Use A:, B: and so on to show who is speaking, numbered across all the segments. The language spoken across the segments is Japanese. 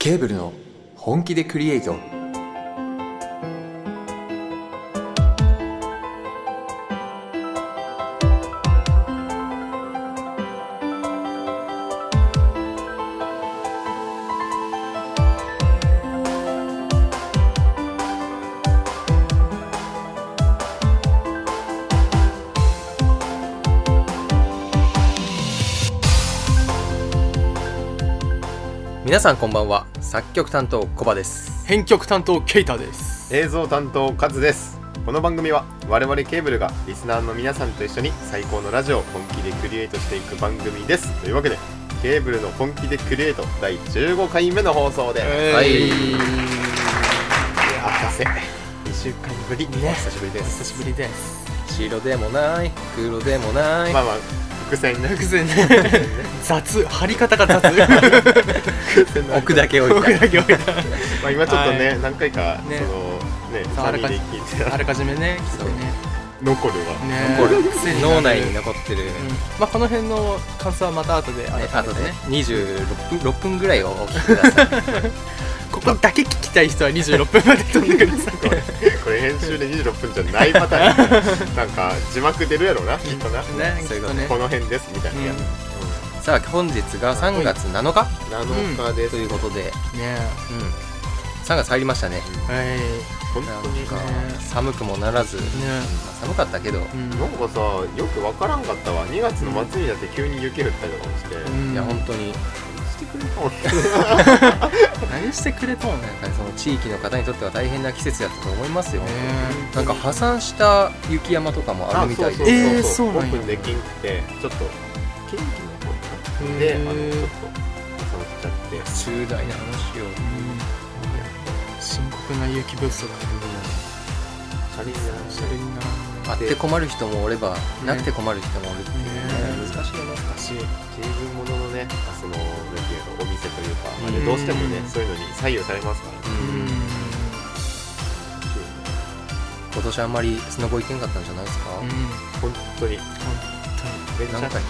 A: ケーブルの本気でクリエイト
B: 皆さんこんばんは作曲担当コバです
C: 編曲担当ケイタです
D: 映像担当カズですこの番組は我々ケーブルがリスナーの皆さんと一緒に最高のラジオを本気でクリエイトしていく番組ですというわけでケーブルの本気でクリエイト第15回目の放送で、
C: は
B: はい
D: 博士2週間ぶり、お久しぶりで
C: お
D: す
C: 久しぶりです
B: 白でもない黒でもない、
D: まあまあ伏線ね
C: 偶然ね 雑張り方が雑
D: 伏線の
B: 奥だけ置い
C: 僕
B: た
C: だけ置いた
D: まあ今ちょっとね、
C: は
D: 何回か、
C: ね
D: そのね
C: そうあら
D: 3
C: か
D: 人
C: じ
D: で聞いて
C: あらかじめね聞いてね
D: 残るは
C: ね
B: 残る
C: 癖になる
B: 脳内に残ってる、
C: うんまあこの辺の感想はまた後で改め
B: ね
C: て
B: あとで
C: ね
B: 26分6分ぐらいをお聞きください
C: ここだけ聞きたい人は26分まで飛んでください
D: これ編集で26分じゃないパタ ーンなんか字幕出るやろうなきっとな、
C: ね
B: そういうこと
C: きっ
D: この辺ですみたいなやつ、
C: うん
B: さあ本日が3月7日
D: 7日です、
B: ということで、
C: とねね
B: うん、3月入りましたね
C: はい
D: 本
B: なん
D: 当に
B: か
C: ね
B: 寒くもならず、ま
C: ね
B: あ寒かったけど、
C: うん
D: なんかさよくわからんかったわ2月の末にだって急に雪降ったりとかもして、
C: う
D: 何
C: ん
B: いや本当に
D: してくれたの
C: 何してくれたのね
B: なんかその地域の方にとっては大変な季節だったと思いますよ、
C: ね
B: なんか破産した雪山とかもあるみたい
D: そ
B: で
D: うそうそう
C: えーそうなんや
D: オープンできんくてちょっと近畿の方かな
C: へ
D: であ
C: ー
D: のちょっと破産しちゃって
B: 重大な話を
C: うん深刻な勇気不足
D: 車輪じゃなく
C: シャレにならんね
B: あって困る人もおれば、
C: ね
B: なくて困る人もおるっていうね
C: ね
B: 難しいよね
C: 難しい
D: て自分もののねあそのなんていうのお店というかあ
B: う
D: れ
B: ん
D: どうしてもねそういうのに左右されますからね
B: うん今年あんまりスノボ行けんかったんじゃないですか、
C: うんうん
D: 本当にめっちゃ
B: 何回行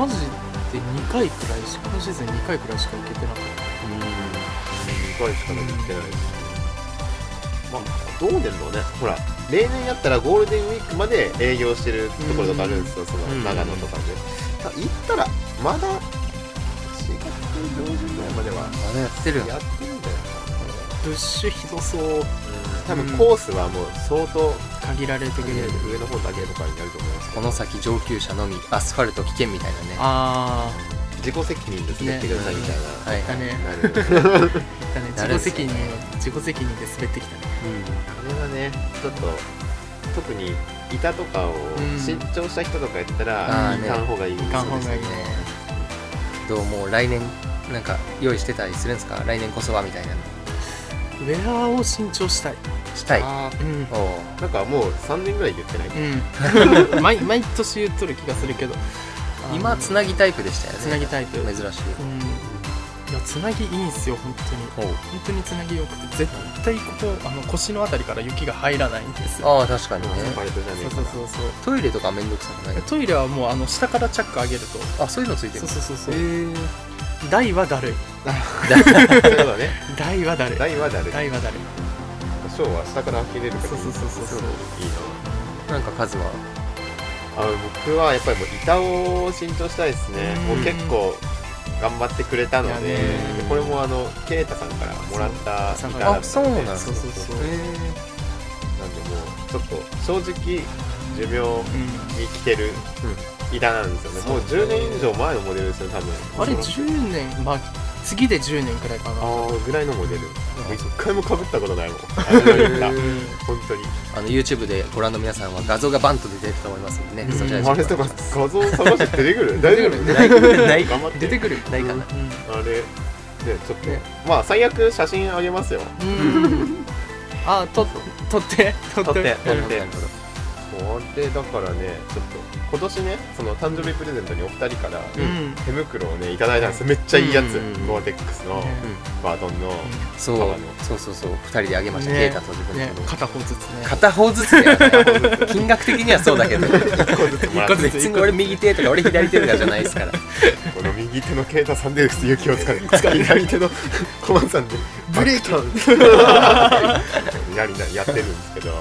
C: マジで2回くらいしか今シーズン2回くらいしか行けてなかっ
D: 2回しかできてないし、まあ、どうなんだろうね、ほら、例年やったらゴールデンウィークまで営業してるところとかあるんですよ、その
B: うん
D: 長野とかで。ただ行ったら、まだ4月上旬ぐらいまでは
B: まだやってる
D: やってるんだよ
C: たブッシュひどそう
D: な、多分コースはもう相当
C: 限られてくれる
D: 上の方だけとかになると思いますけ
B: こ
D: ど、
B: の先上級者のみアスファルト危険みたいなね
C: あ
D: 自己責任で滑ってくださいみたいな。
B: はい
C: あだね
D: なる
C: だね
B: な
C: 自
B: るん
C: 己
B: すよ
C: 責任を自己責任で滑ってきたね
D: あれはねちょっと特に板とかを
C: ん
D: 新調した人とかやった
B: あー
D: ら
B: ね
D: 行かん方がいいですね
C: 行かん方がいい
B: ねどうもう来年なんか用意してたりするんですか来年こそはみたいなの
C: ウェアを新調したい
B: したい
D: あ
C: うん
B: おう
D: ーなんかもう3年ぐらい言ってない、
C: うん 毎毎年言っとる気がするけど
B: 今つなぎタイプでしたよね
C: つなぎタイプ
B: 珍しい
C: うんいやつなぎいいんすよ本当に
B: おう
C: 本当につなぎよくて絶対ここあの腰のあたりから雪が入らないんですよ
B: ああ確かにね
D: アスファルトじゃね
C: そ
D: え
C: う
D: か
C: そ
D: ら
C: うそうそう
B: トイレとかめんどくさくない
C: トイレはもうあの下からチャック上げると
B: あそういうのついて
C: そ
B: る
C: うそうそうそう
B: へー
C: 台はだるい
D: そういうこと ね
C: 台はだるい
D: 台は誰
C: 台はだるい
D: ショーは下から開けれるから
C: そうそうそうそうそう
D: い い
B: なんか数は
D: なあ僕はやっぱりもう板を新調したいですね
C: う
D: も
C: ん
D: う結構頑張ってくれたので
C: いやね
D: でこれもあのケイタさんからもらった
C: そう
D: 板だったん
B: あ
D: で
B: そうなんだ
C: そうそうそう
B: へ
D: なんでもうちょっと正直寿命に来てる板なんですよね、もう
B: そう
D: 10年以上前のモデルですよ多分
C: あれ
D: その
C: 10年まあ次で10年くらいかな
D: あーぐらいのモデル
B: うん
D: 一回もかぶったことないもんあれの板
B: へ
D: 本当に
B: あの YouTube でご覧の皆さんは画像がバンと出てると思いますのでね、
C: うん
B: そちらで
D: あれとか画像探して出てくる大丈夫
B: 出てくるない
D: 頑張って
B: 出てくるないかな、
C: う
D: あれねちょっと、
C: ね
D: まあ最悪写真あげますよ
C: んうんあと取って取
D: 撮
C: って
D: って
B: なる
D: 撮
B: ほ
D: っ
B: ど
D: て
B: なるほど
D: これだからねちょっと今年ねその誕生日プレゼントにお二人から
B: うん
C: うん
D: 手袋をねいただいたんですめっちゃいいやつ、
B: うん
D: ゴーテックスの
C: ね
D: バードンの、
B: そう
D: 革の
B: そうそうそう2人であげました、
C: ね
B: ケイタと自分で、
C: ね片方ずつね
B: 片方ずつね金額的にはそうだけど
D: 1個ずつもらって
C: 一個ず
B: 別に俺右手とか俺左手とかじゃないですから
D: この右手の啓太さんで勇気をつかんで左手のコマンさんでブレーキやりなやってるん ですけどそう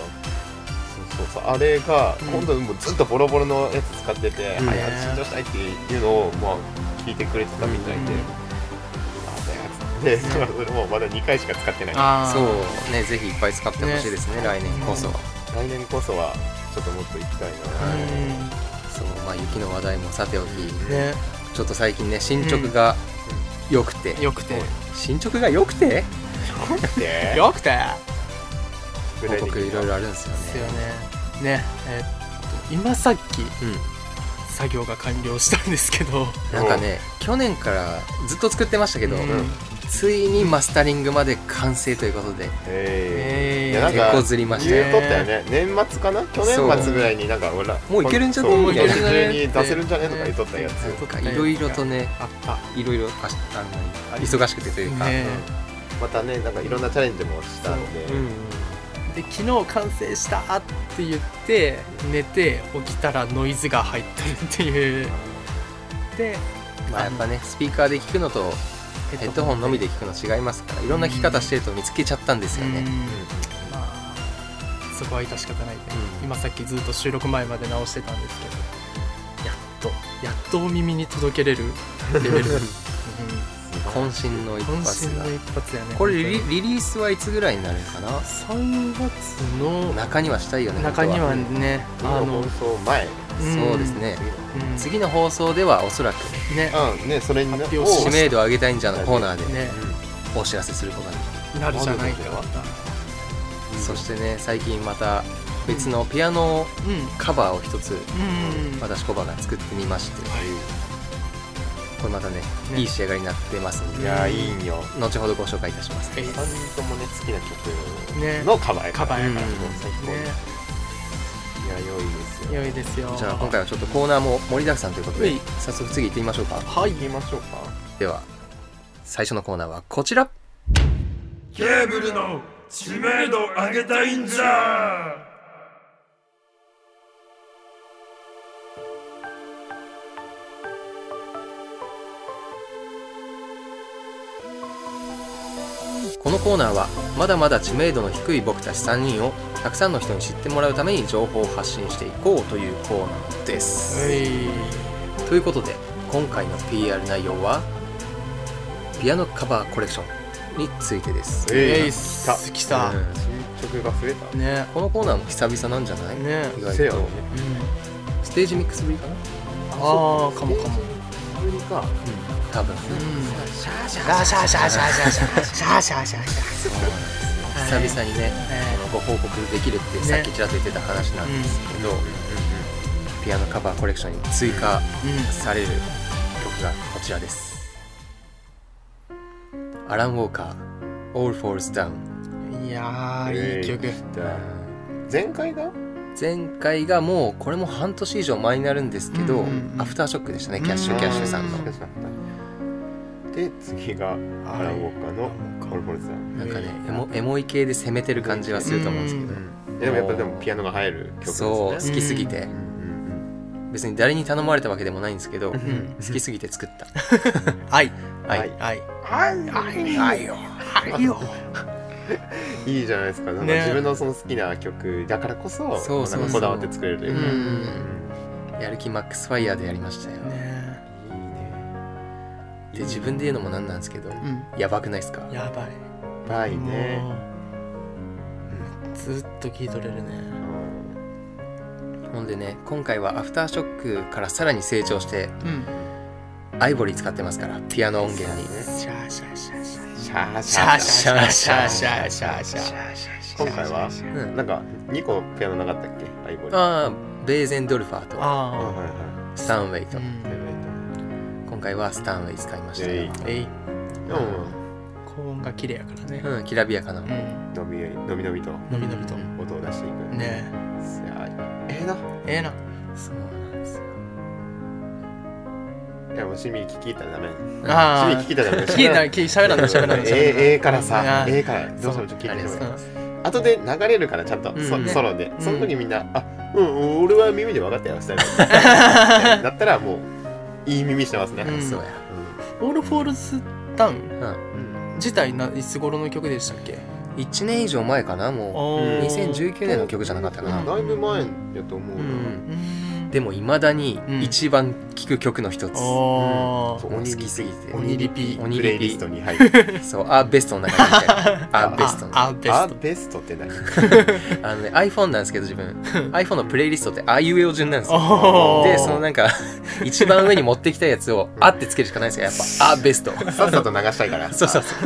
D: そうそうあれが
C: うん
D: 今度もうずっとボロボロのやつ使ってて、
B: うん
D: あれ新調したいっていうのをまあ聞いてくれてたみたいで、 ああだよっつってでそれもまだ2回しか使ってない来
C: ああ
B: そうねぜひいっぱい使ってほしいですね来年こそは
D: 年こそはちょっともっと行きたいな、
C: う
B: そうまあ雪の話題もさておき
C: んね
B: ちょっと最近ね進捗が良くて、
C: よくて
B: 進捗が良くて
D: で
C: よくて
D: 具
B: 報
D: 体的
B: 告
D: に
B: いろいろあるんですよ
C: ですよ
B: ね
C: ねねえっと今さっき作業が完了したんですけど
B: うんなんかね去年からずっと作ってましたけど、
C: うん
B: ついにマスタリングまで完成ということで
D: えーい
C: ええ
D: やなんか
B: 手こずりました
D: 言
C: ね
D: うとったよね年末かな去年末ぐらいになんかほら
B: もういけるんじゃね
D: そう
B: もういけるん
D: 今
B: じゃ
D: 年中
C: ね
D: に出せるんじゃねとか言っとったやつ、
C: ね
B: いろいろとね
C: あった
B: いろいろあしあの忙しくてというか、
C: ね
D: またねなんかいろんなチャレンジもしたんで、
C: そうで昨日完成したって言って寝て起きたらノイズが入ってるっていうで
B: まあ、やっぱねスピーカーで聞くのとヘッドホンのみで聞くの違いますからいろんな聞き方してると見つけちゃったんですよ
C: うん
B: ね、
C: まあそこは致し方ないで、
B: うん
C: 今さっきずっと収録前まで直してたんですけどやっとやっとお耳に 届けれるレベル、うん、
B: 渾身の一発
C: 渾身
B: が
C: の一発やね
B: これリリリリースはいつぐらいになるのかな
C: 3月の
B: 中にはしたいよね
C: 中にはね
D: あ
C: あ
D: の
C: の
D: 放送
B: 本
D: 前
B: 当はそうですね、
C: うん
B: 次の放送ではおそらく
C: ね
D: うんねそれにね
C: 発表し
B: 知名度を上げたいんじゃのコーナーで
C: ね
B: お知らせすることができる、
C: なるじゃないか
B: そしてね最近また別のピアノ
C: うん
B: カバーを一つ
C: うん
B: 私コバが作ってみましてこれまたね
C: ね
B: いい仕上がりになってますん
D: い
B: で
D: やいいんよ
B: 後ほどご紹介いたします
C: えい
D: 3人ともね好きな
C: ね
D: 曲のカバーやから
C: カバーやから
D: もう最高に、いや良いですよ
C: ね良いですよ
B: じゃあ今回はちょっとコーナーも盛りだくさんということで
C: はい
B: 早速次行ってみましょうか
D: はい行きましょうか
B: では最初のコーナーはこちら
E: ケーブルの知名度上げたいんじゃ
B: このコーナーはまだまだ知名度の低い僕たち3人をたくさんの人に知ってもらうために情報を発信していこうというコーナーです、ということで今回の PR 内容はピアノカバーコレクションについてです
D: え
C: え
D: い来
C: い来
B: う
C: た
B: ん
D: 新曲が増えた
C: ね
B: このコーナーも久々なんじゃない、
C: ね
B: 意外
D: せや
B: と
D: ろね
B: ステージミックスぶりかな、
C: ああかもかも
D: 急にか
B: 多分
C: シャーシャーシャーシャーシャーシャーシャーシャーシャーシャーシ
B: 久
C: はい
B: 々にね、
C: ャ
B: このご報告できるってさっきちらっと言ってた話なんですけど、ピアノカバーコレクションに追加
C: ー
B: される曲がこちらですアラン・ウォーカー「All Falls Down
C: うんいやーいい曲
D: 前回が」
B: 前回がもうこれも半年以上前になるんですけど、
C: うんうんうん
B: アフターショックでしたねキャッシュキャッシュさんの
C: う
D: で次がアランウォーカーのコルフォルツさん
B: なんかねエモエモい系で攻めてる感じはすると思うんですけど、
D: でもやっぱでもピアノが入る曲ですね
B: そう好きすぎて
D: う、ん
B: 別に誰に頼まれたわけでもないんですけど、
C: ん
B: 好きすぎて作った
C: 愛
B: はい、
D: はい
C: 愛
E: はいはいはいよ
C: 愛よ
D: うんいいじゃないですかなんか
C: ね
D: 自分のその好きな曲だからこそ
B: そうそうそう
D: なんかこだわって作れるといううか
C: ん
B: やる気マックスファイヤーでやりましたよ、
C: ね
B: で自分で言うのもなんなんですけど、
C: うん
B: やばくないですか
C: やばい
D: うんバイね
C: もうずっと聞いとれるね
B: ほんでね今回はアフターショックからさらに成長して
C: うん
B: アイボリー使ってますからピアノ音源に
C: シャーシャーシャーシャー
D: シャーシ
C: シ
D: ャ
C: ャ
D: ー
C: ーシャーシャーシャーシャーシャーシャ
D: 今回は
B: うん
D: なんか2個ピアノなかったっけアイボリー
B: ああベーゼンドルファーと
D: はい
C: あ
D: はい
B: スタンウェイ
C: あ
B: と、今回はスタンウェイ使いましたよ、
C: えい
D: はいうん
C: 高音が綺麗やからね
B: うん、きらびやかな、
C: うん
D: 伸び伸び伸びと
C: 伸び伸びと
D: 音を出していく
C: ね
D: いや
C: え
D: ええな
C: ええな
B: そうなんですよ
D: いやもう市民聞き入ったらダメ
C: あ
D: 市
C: あ
D: 民聞き入ったらダ
C: 聞いた
D: メ
C: 聞い喋らんの喋らんの
D: ええええから
C: あ
D: さ
C: ー
D: ええからどうしてもちょっと聞い
B: あ
D: て
B: りがと
D: みよ
B: うございます
D: 後で流れるからちゃんと、
C: うん
D: そ
C: ね
D: ソロで
C: ん
D: その時にみんな「あうん俺は耳で分かったよ」した らだったらもういい耳してますね、
C: うん
B: そうや
C: オールフォールズダウン
D: うん
C: 自体ないつ頃の曲でしたっけ
B: 1年以上前かなもう
D: ー
B: 2019年の曲じゃなかったかな、
C: うん
D: だいぶ前やと思う
C: う
D: な、
C: ん
B: でもいまだに
C: うん
B: 一番聴く曲の一つ、
C: お
D: そ
C: ー
D: う
B: 好きすぎて
C: 鬼リピ
B: 鬼
D: プ
B: リ
D: レイリ
B: ピ
D: ストに入
B: そうあベストの中にみ たいなあベストのあ
C: ああベ
D: あ
C: ス
D: ベストって何
B: の、ね、iPhone なんですけど自 分 iPhone のプレイリストってあいうえお順なんです
C: ト
B: よ
C: おー
B: でそのなんか一番上に持ってきたやつを「あ」ってつけるしかないんですよやっぱ「あベスト」
D: さっさと流したいから
B: そうそうそ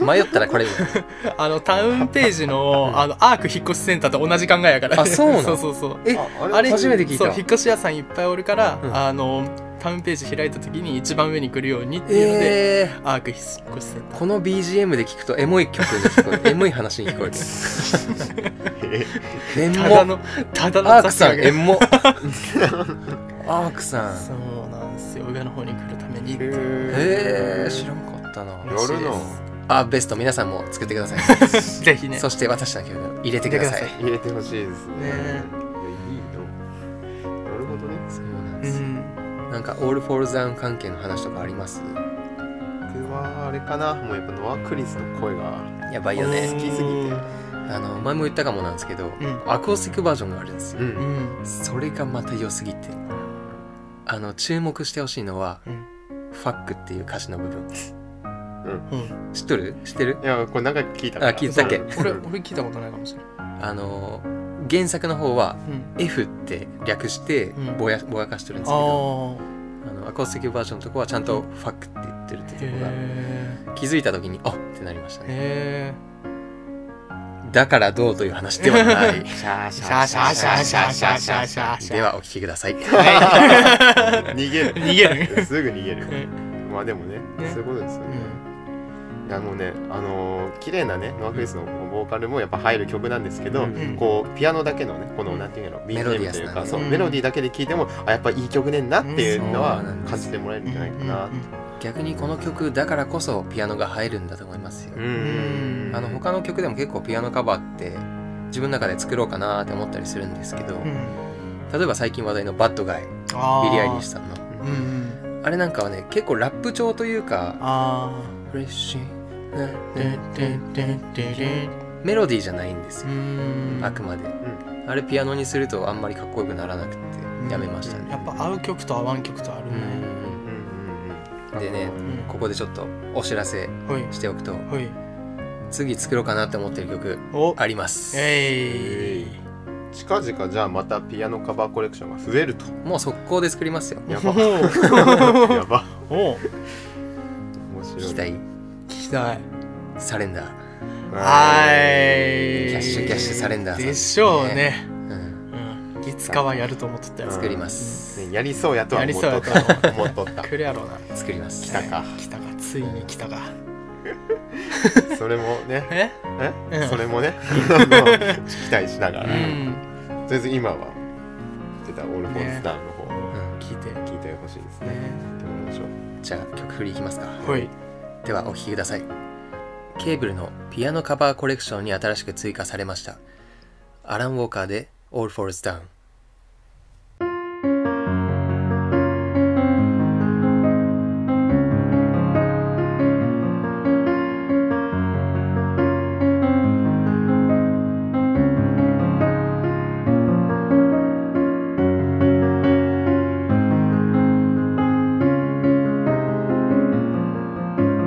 B: う迷ったらこれみたいな
C: あのタウンページのあのアーク引っ越しセンターと同じ考えやから
B: あそうなの
C: そうそうそう
B: え
D: あ
C: あれ
B: 初めて聞いた
C: そう引っ越し屋さんいっぱいおるから、
B: うん
C: あのタウンページ開いた時に一番上に来るようにっていうので、
B: え
C: アーク引っ越しセンタ
B: ー、この BGM で聞くとエモい曲に聞こ えるエモい話に聞こえるエ
C: ーただ
B: モ
C: のただの
B: アークさん
C: 雑
B: エ
C: や け
B: モアークさ
C: ど
B: ん
C: そうなんですよ上の方に来るために
B: えー、知らんかったな
D: やるな
B: あベスト皆さんも作ってください、
C: ぜひね
B: そして私たちの曲入れてください
C: 入れて
D: 入れてほしいですね
C: ね
D: いやいいのなるほどね
B: そうなん
C: う
B: です、
C: ん
B: なんかオールフォールザウン関係の話とかあります
D: 僕はあれかなもうやっぱノア・クリスの声が
B: やばいよね
D: 好きすぎて
B: あの前も言ったかもなんですけど、
C: うん
B: アコースティックバージョンがあるんですよ、
D: うん
C: うん
B: それがまた良すぎてあの注目してほしいのは、
C: うん
B: ファックっていう歌詞の部分
C: うん
B: 知っとる知ってる
D: いやこれ何回か聞いたから
B: あ聞いたっけ
C: 俺俺聞いたことないかもしれない
B: あの原作の方は
C: うん
B: F って略して
C: うん
B: ぼや,、ぼやかしてるんですけど
C: ああ
B: あのアコースティックバージョンのとこはちゃんとファックって言ってるってとこが
C: へ
B: 気づいた時にあってなりましたね
C: え
B: だからどうという話ではない
D: シャーシ
C: シャーシャーシャーシャーシャーシャーシャーシャー
B: ではお聞きください
D: 逃 げる
C: 逃げる
D: すぐ逃げるまあでもね
C: ね
D: そういうことですよ
C: う
D: ね
C: ん
D: いやもうねあのー綺麗なねノア・クリスのボーカルもやっぱ入る曲なんですけど、
B: うん
D: こうピアノだけのねこのなんていうの
B: メロディ
D: BGM
B: ア
D: と
B: ス
D: い
B: な
D: う
B: ね
D: かそう
C: うん
D: メロディーだけで聴いてもあやっぱいい曲ねんなっていうのは
B: うんそうなんです
D: 感じてもらえるんじゃないかな
B: 逆にこの曲だからこそピアノが入るんだと思いますよ、
D: うん
C: うん
B: あの他の曲でも結構ピアノカバーって自分の中で作ろうかなって思ったりするんですけど、
C: うん
B: 例えば最近話題の「バッドガイ」ビ
C: あー
B: リー・アイリッシュさんの
C: うんうん
B: あれなんかはね結構ラップ調というか
C: あ
B: フレッシ
C: あで
B: ュ
C: でででで
B: メロディーじゃないんです
C: う
B: よ、
C: ん
B: あくまで、
D: ん
B: あれピアノにするとあんまりかっこよくならなくてやめましたね、
C: やっぱ合う曲と合わん曲とある
B: うん
C: ね
D: うんうんうん
B: でね
C: うん
B: ここでちょっとお知らせ
C: ほい
B: しておくと
C: ほい
B: 次作ろうかなって思ってる曲
C: お
B: あります、
C: えい
D: 近々じゃあまたピアノカバーコレクションが増え ると
B: もう速攻で作りますよ
D: やば
C: お
D: やば
C: お
D: 面白い
B: 聞きたい
C: 聞きたい
B: サレンダー、
C: はい
B: キャッシュキャッシュサレンダーさん
C: でしょうね
B: うん、
C: うんいつかはやると思っとったよ
D: うん
B: 作ります、
D: ねやりそうやとは思っとっ
C: やりそうや
D: た思っとった
C: 来るやろうな
B: 作ります
D: 来たか
C: 来たかついに来たか
D: それもね
C: え う
D: え
C: ん
D: それもねあ の聞きたいしながら
C: う
D: とり
C: ん
D: あえず今は出たオール・フォース・ダウンの方を
B: うん
C: 聞いて
D: 聞いてほしいですね
C: ね
D: どうでしょう
B: じゃあ曲振りいきますか
C: ほい
B: ではお聴きくださいケーブルのピアノカバーコレクションに新しく追加されましたアラン・ウォーカーで「All Falls Down」
F: 「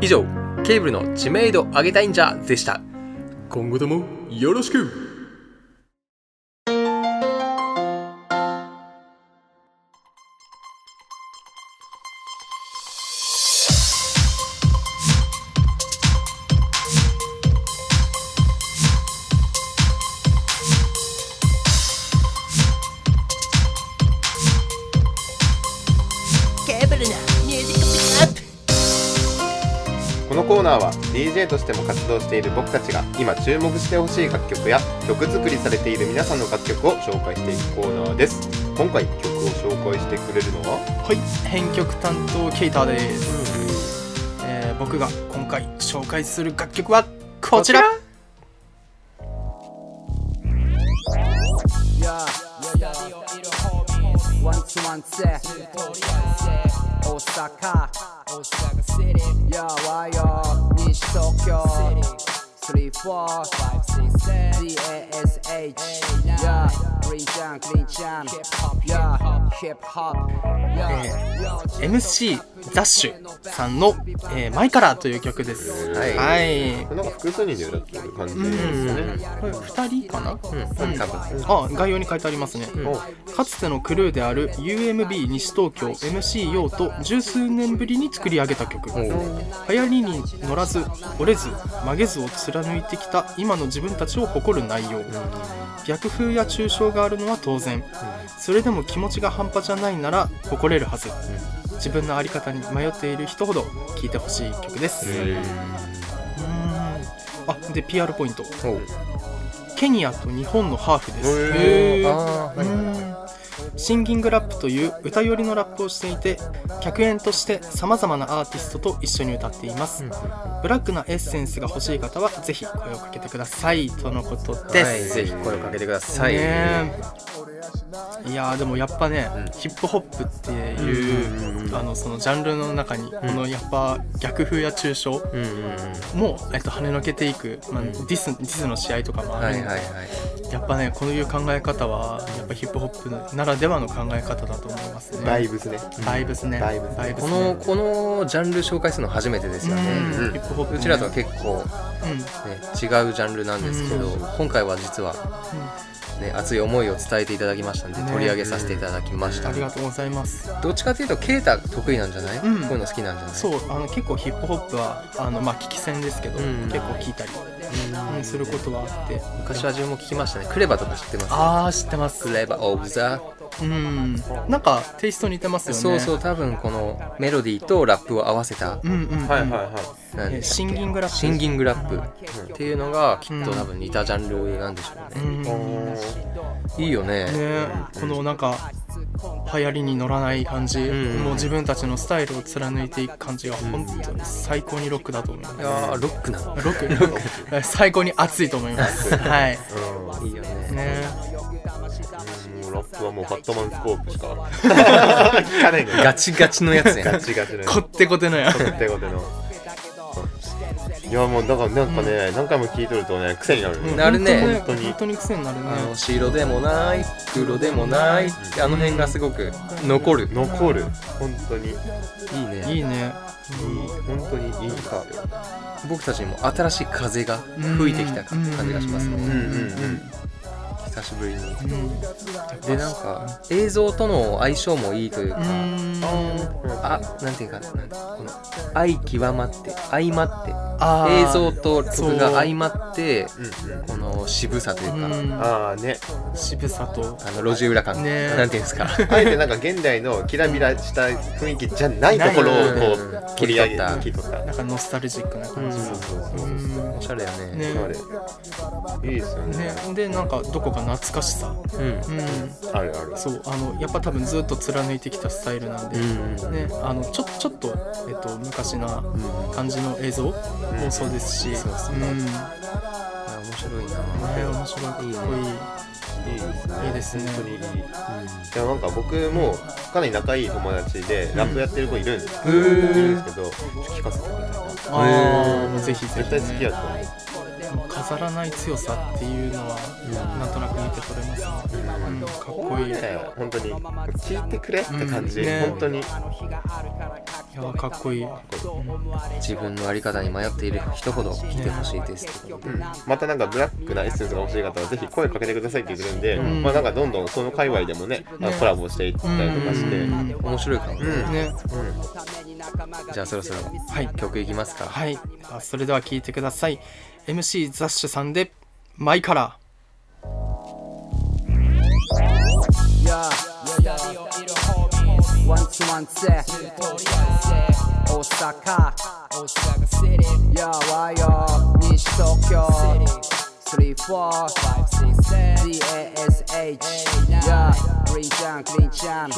B: 以上ケーブルの知名度上げたいんじゃでした今後ともよろしく
F: ケーブルなミュージックピックアップ
D: このコーナーは DJ としても活動している僕たちが今注目してほしい楽曲や曲作りされている皆さんの楽曲を紹介していくコーナーです今回曲を紹介してくれるのは
C: はい編曲担当ケイターです、えー僕が今回紹介する楽曲はこちら
G: ワンツーワンツー大阪やわよ西東京 3-4-5-6-7-DASH Yeah, Green Jam, Green Jam Yeah, Hip Hop Yeah
C: MC ダッシュさんの「えーマイカラー」という曲です
D: はい
C: はい
D: なんか複数人で歌ってる感じですよね、
C: これ2人かな、うん
D: 多分
C: あ概要に書いてありますね、
D: お
C: かつてのクルーである UMB 西東京 MC 用と十数年ぶりに作り上げた曲流行りに乗らず折れず曲げずを貫いてきた今の自分たちを誇る内容、逆風や抽象があるのは当然、それでも気持ちが半端じゃないなら誇れるはず、自分の在り方に迷っている人ほど聴いてほしい曲です、うーんあで PR ポイントケニアと日本のハーフです、へーシンギングラップという歌寄りのラップをしていて客演としてさまざまなアーティストと一緒に歌っています、ブラックなエッセンスが欲しい方はぜひ声をかけてくださいとのことです、
B: はい、ぜひ声をかけてください、
C: ねえいやーでもやっぱね、ヒップホップっていう,、あのそのジャンルの中に、このやっぱ逆風や抽象
B: うんうんうん
C: も、えっと、跳ねのけていく、まあ、ディスディスの試合とかもあ
B: は
C: るん
B: い
C: で
B: はいはい
C: やっぱねこういう考え方はやっぱヒップホップならではの考え方だと思いますね
D: バイブスね
C: バイブスね
D: バイブスね
C: バイブス
B: こ
C: ね
B: のこのジャンル紹介するの初めてですよね、
C: うん
D: うん
C: ヒップホップ
B: う
C: ね
B: ちらとは結構、ね、
C: うん
B: 違うジャンルなんですけど、今回は実は、ね、熱い思いを伝えていただきましたので、
C: ね
B: 取り上げさせていただきました、
C: ありがとうございます
B: どっちかというとケイタ得意なんじゃない、
C: うん
B: こういうの好きなんじゃない
C: そうあの結構ヒップホップはあのまあ聞き戦ですけど、
B: うん
C: 結構聞いたり、うん、することはあって
B: 昔は自分も聞きましたねクレバとか知ってます
C: ああ知ってます
B: クレバオブザ、
C: うんなんかテイスト似てますよね
B: そうそう多分このメロディーとラップを合わせた、
C: うんうん、うん、
D: はいはいは
B: なん
C: え
B: で
C: シンギングラップ
B: シンギングラップっていうのがきっと多分似たジャンルなんでしょうね、
C: うん
D: い
B: いいよね
C: ね、このなんか流行りに乗らない感じ、
B: ん
C: もう自分たちのスタイルを貫いていく感じが本当に最高にロックだと思います、
B: いやーロックなの
C: ロックロック最高に熱いと思 いますはい
B: いいよね
C: ね
D: もうラップはもうバットマンスコープしか聞かないのよ
B: ガチガチのやつ ね
D: ガチガチの
C: こってこてのや
D: とってことのいやもうだからなんかね、何回も聞いとるとね癖になるね、
B: なるね
C: 本当に本当に癖になるね
B: あの白でもない黒でもないあの辺がすごく残る
D: 残る本当にいい
B: いいね
C: いいね
D: 本当にいいか
B: 僕たちにも新しい風が吹いてきた感じがします
D: うん
B: ね
D: うんうん
B: 久しぶりにでなんか映像との相性もいいというか
C: うん
B: あなんていうかなんてこの愛極まって相ま
C: あ
B: っ
C: ー
B: て映像と曲が相まって
D: うんうん
B: この渋さというか、
C: うん
D: ああね
C: 渋さと
B: あの路地裏感、
C: ね
B: なんていうんですか
D: あえてなんか現代のキラビラした雰囲気じゃないところをこ
B: ないうん
D: う取り上げ
B: 切り
D: 切り取った
C: なんかノスタルジックな感じ
D: そうそうそう
C: う ん
B: おしゃれよね
C: ね
D: あれいいですよね
C: ねでなんかどこか懐かしさ
B: うん
C: うん
D: あるある
C: そうあのやっぱ多分ずっと貫いてきたスタイルなんで、
B: うん
C: ね、あのちょちょっと、えっと、昔な感じの映像もそうですし、うん
B: そうそう
C: ね、
B: あ面白いな
C: 面白いかっこいい
D: いいですね
C: いいですね
D: 本当にいい、いやなんか僕もかなり仲いい友達でラップやってる子いるんです、いるんですけどちょっと聞かせてください
C: ああもうぜひぜ
D: 絶
C: ひ、
D: 対好きや
C: ね、
D: と思う、
C: その飾らない強さっていうのはなんとなく見て取れますね、うん、かっ
D: こ
C: こいい
D: れ
C: い
D: ね本当に聞いてくれって感じ、
C: うんね
D: 本当に
C: やかっこいい
B: 自分の在り方に迷っている人ほど来てほしいですってことで
D: またなんかブラックなエッセンスが欲しい方はぜひ声かけてくださいって言ってるんで、まあなんかどんどんその界隈でもね、あのコラボしていったりとかして、
C: うん
B: 面白いかも、
D: うん
C: ね
B: じゃあそろそろ、
C: い
B: 曲いきますか、
C: はいあそれでは聴いてください MC ザッシュさんで「マイカラー」
G: Yeah. Once, once, eh. Osaka, Osaka City. Yeah, why yo? Nish Tokyo. Three, four, five, six, D A S H. Yeah, Green Jam, Green Jam.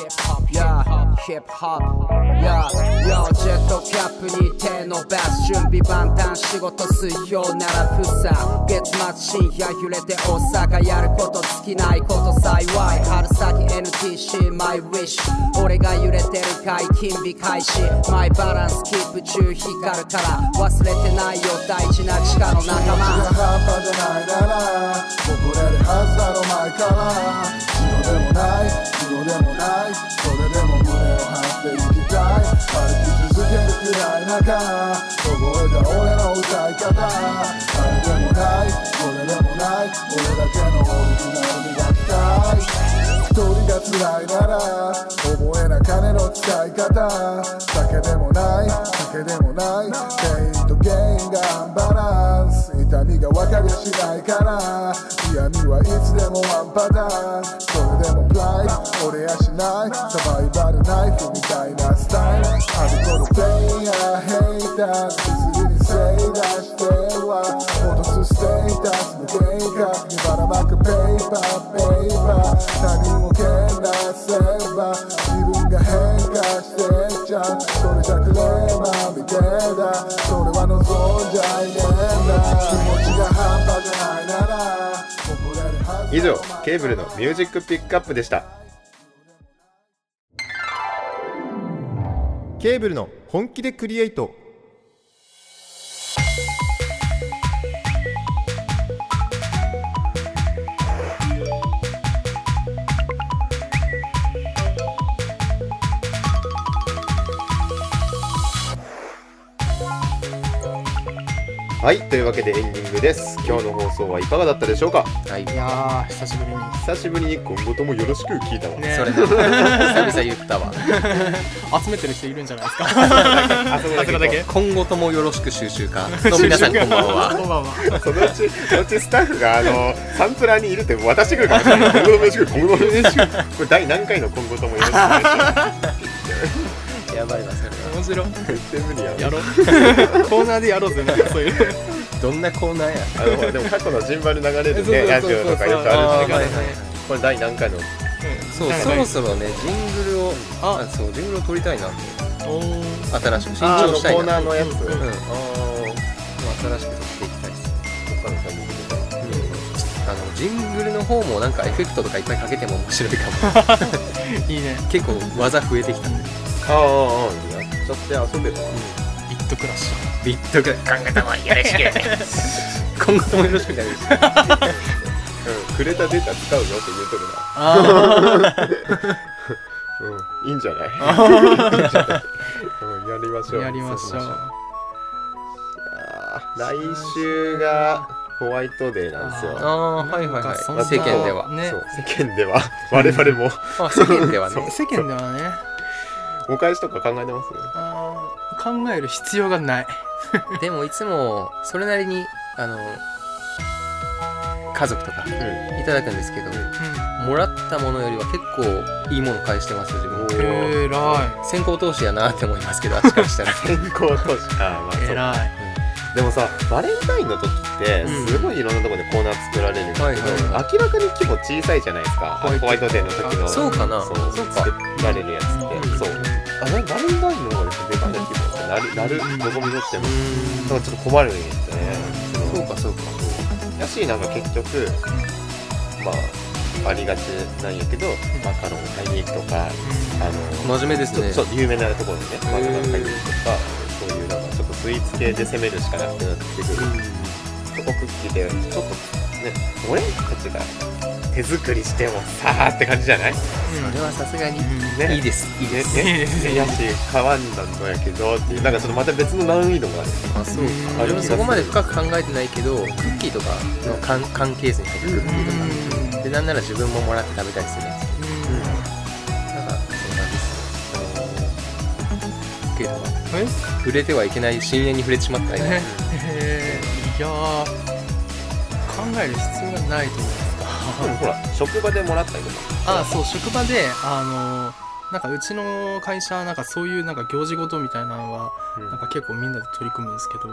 G: Yeah, Hip Hop. Yeah, yo, ジェットキャップに手伸ばす準備万端仕事すようなら不さ月末深夜揺れて大阪やること尽きないこと幸い春先 NTC my wish 俺が揺れてる解禁日開始マイバランスキープ中光るから忘れてないよ大事な地下の仲間
H: 半端じゃないならこぼれるはずだろ前から白でもない黒でもないそれでも胸を張っていきたい歩き続けるくらい中凍えた俺の歌い方あれでもないこれでもない俺だけのオリジナルに抱きたい一人が辛いなら覚えな金の使い方酒でもない酒でもないペインとゲインがアンバランス痛みが分かりゃしないから嫌味はいつでもワンパターンそれでもプライド折れやしないサバイバルナイフみたいなスタイルアルコールペイヤーヘイター削りに正出しては戻すステータスの経過にばらまくペーパーペーパー他人をけなせば自分が変化してっちゃうそれじゃクレーマーみてえだそれは望んじゃいねえんだ気持ちが半端じゃないならこぼれるはず
D: 以上ケーブルのミュージックピックアップでしたケーブルの本気でクリエイトはいというわけでエンディングです今日の放送はいかがだったでしょうか
B: はい
C: いやー久しぶりに
D: 久しぶりに今後ともよろしく聞いたわ、
C: ね
B: それな久々言ったわ
C: 集めてる人いるんじゃないですか
D: あそこだけ行こ
B: 今後ともよろしく集中かの皆さんこんばんは
C: こんばんは
D: うそのうちそのうちスタッフがあのサンプラーにいるって渡してくるかもしれない今後ともよろしく今後ともよろしくこれ第何回の今後ともよろしく
B: やばいわそれ
C: 面白い
D: 絶対無理や
C: やろうコーナーでやろうぜなんかそういう
B: どんなコーナーや
D: あのほらでも過去の順番で流れるねラ
C: そう
D: ジ
C: そうそう
D: オ
C: そう
D: とかよくあるんですけどこれ第何回の
B: そうそろそろねジングルを
C: あ
B: あそうジングルを撮りたいなって
C: おー
B: 新しく新
D: あの
B: 調
D: コ
B: したい
D: ー
B: な
D: ナーのやつ
B: うんもう新しく撮っていきたいです
D: 他の番組とか
B: あのジングルの方もなんかエフェクトとかいっぱいかけても面白いかも
C: いいね
B: 結構技増えてきたんで
D: ああああああやっちゃって遊んでた
C: ビットクラッシ
B: ビットくらい今後ともよろしく今後ともよろしくじゃないですか
D: うんくれたデータ使うよって言うとるな
C: ュ
D: うんいいんじゃ ないいいんじゃないうんやりましょう
C: やりましょ
D: そううあー来週がホワイトデーなんです
C: あ
D: よ
B: ああはいはいはい
C: そん
D: な
B: 世間では
C: ね
D: そう世間で は我々も
B: あ世間ではね
C: 世間ではね
D: お返しとか考えてます
C: あー考える必要がない
B: でもいつもそれなりにあの家族とかいただくんですけど、もらったものよりは結構いいもの返してますよ自分
D: おー
C: えら
B: 先行投資やなって思いますけどあっちからしたら
D: 健 康投資あーまあ
C: い
D: そう
C: えらい
D: でもさバレンタインの時って
C: うん
D: すごいいろんなところでコーナー作られるんですけど、
B: はいはいは
D: 明らかに規模小さいじゃないですか
C: ホワイト
D: ホワイトデーの時の
B: あそうかな
D: そう
B: そうか
D: 作られるやつって、そうあなんかバレンタインの方がでかいな規模ってなるなる望みとしてもなんかちょっと困るんですよね
B: そ
D: そう
B: かそうか
D: うやしなんか結局まあありがちなんやけどマカロンを買いに行くとかあの
B: 真面目です
D: ちょ
B: ね
D: っとそう有名なところにね、マグナム会議とか、そういうなんかちょっとスイーツ系で攻めるしかなくなってくるチョコクッキーでちょっとね俺たちが手作りしてもさあって感じじゃないね
B: れはさすがに
D: ね
B: いいですいいです
D: ねねやし変わんだのやけどっていうなんかちょっとまた別の難易度がある
B: あそう
C: うん
B: 俺もそこまで深く考えてないけどクッキーとかの関関係図に入ってくるクッキーとかでなんなら自分ももらって食べたりするやつなんかそんな感じですクッキーとか
C: え
B: 触れてはいけない深淵に触れちまったりね
C: えーいやー考える必要がないと思う
D: 多分ほら職場でもらったりとか
C: ああそう職場であのなんかうちの会社なんかそういうなんか行事ごとみたいなのは
D: うん
C: なんか結構みんなで取り組むんですけど、
B: ん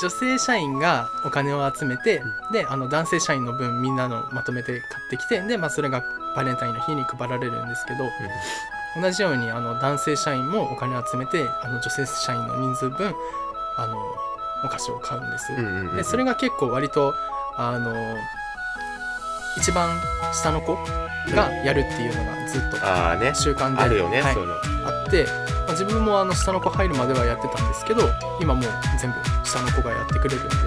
C: 女性社員がお金を集めて、であの男性社員の分みんなのまとめて買ってきてで、まあ、それがバレンタインの日に配られるんですけど、同じようにあの男性社員もお金を集めてあの女性社員の人数分あのお菓子を買うんです。
D: うんうんうん
C: でそれが結構割とあの一番下の子がやるっていうのがずっと
D: ああね
C: 習慣で
D: あるよね、
C: はい
D: そういうの
C: あって、まあ自分もあの下の子入るまではやってたんですけど今もう全部下の子がやってくれるんで考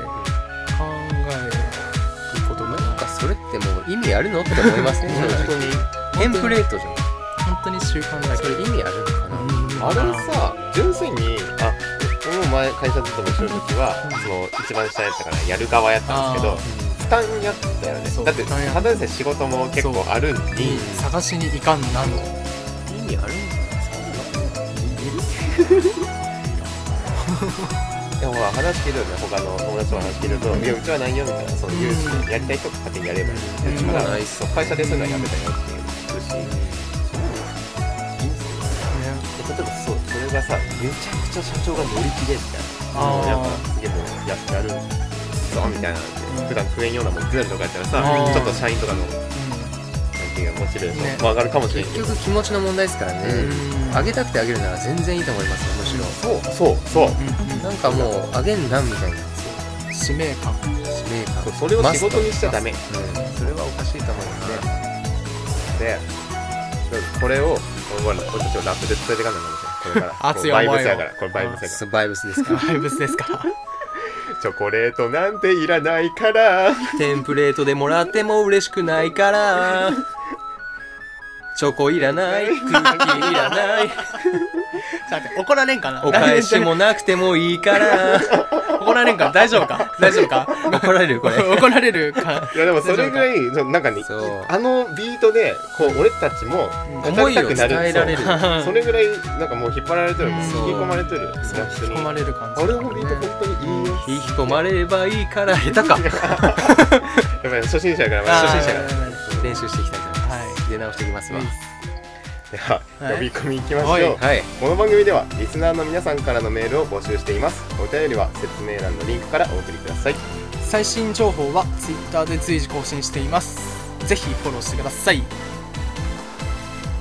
C: えることも
B: なんかそれってもう意味あるのって思います ね
D: 本当に
B: テンプレートじゃん
C: 本当に習慣だ
B: そ
C: け
B: れ意味あるのかな
D: あれさ純粋にあ僕も前会社勤めしてる時はその一番下やったからやる側やったんですけど負担やったよね
C: そう
D: だって
C: 負担や
D: ただでさえ仕事も結構あるのに
C: に探しに行かんなの
B: 意味あるの
D: でもほら話聞いてるよね他の友達の話聞いてると「いやうちはないよ」みたいなそういう
C: うん
D: やりたい人勝手にやればいい
C: ん
D: うちまだ
B: うん
D: そう会社でそういうのはやめたよっていうの聞くしで例えばそうそれがさめちゃくちゃ社長が乗り切れみたいな
C: あー
D: やっぱすげえもうややるぞみたいな普段食えんようなもんゼロとかやったら
C: あ
D: さ
C: ー
D: ちょっと社員とかの
C: ね
D: なんていうかモチベーション、
C: ね
D: まあ上がるかもしれん
B: 結
D: けど
B: 局気持ちの問題ですからね
C: うん
B: あげたくてあげるなら全然いいと思いますよむしろ
D: そうそうそう、
C: うん
B: なんかもうあげんなみたいな
C: うん使命感
B: 使命
D: そう
B: 感
D: それを仕事にしちゃダメ
B: マストうんそれはおかしいと思うな
D: でこれをほら俺たちをラップで伝えていかないかもしれないこれから
C: 熱い
D: これバイブ
C: 思いを
D: スやからこれバイブスやか
B: そうバイブスですから
C: バイブスですから
D: らチョコレートなんていらないから
B: テンプレートでもらっても嬉しくないからチョコいらないクッキーいらない
C: ちょっと待って怒られんかな
B: お返しもなくてもいいから
C: 怒られんか大丈夫か大丈夫か
B: 怒られるこ れ
C: 怒られるか
D: いやでもそれぐらいそうなんかね
B: そう
D: あのビートでこう俺たちも語
B: 思
D: り
B: い
D: た
B: を
D: く
B: 伝
D: な
B: え
D: る
B: られる
D: そうそれぐらいなんかもう引っ張られてるもう引き
B: そう
D: 込まれてるラップ
C: 引き
D: に
C: 込まれる感じ
D: あれもビート本当にいいよ
B: 引き込まれればいいから下 手か
D: やっぱり初心者やからまあ
C: あー
D: 初心者やから
B: 練習していきたいと思います、
C: は
B: 出直していきますわ、
D: では
C: はい
D: 呼び込みいきましょう、
C: はい
B: はい
D: この番組ではリスナーの皆さんからのメールを募集していますお便りは説明欄のリンクからお送りください
C: 最新情報は Twitter で随時更新していますぜひフォローしてください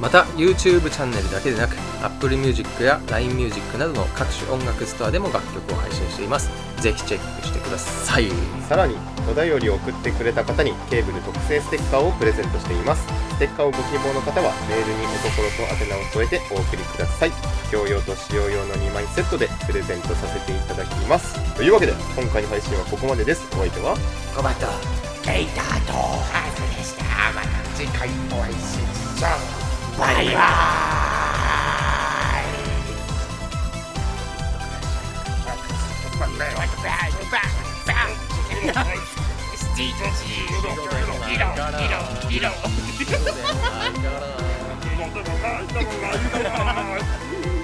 B: また YouTube チャンネルだけでなく Apple Music や LINE Music などの各種音楽ストアでも楽曲を配信していますぜひチェックしてください
D: さらにお便りを送ってくれた方にケーブル特製ステッカーをプレゼントしていますステッカーをご希望の方はメールにおところと宛名を添えてお送りください共用と使用用の2枚セットでプレゼントさせていただきますというわけで今回の配信はここまでですお相手は
F: コバとケイターとハズでしたまた次回お会いしましょうバイバイ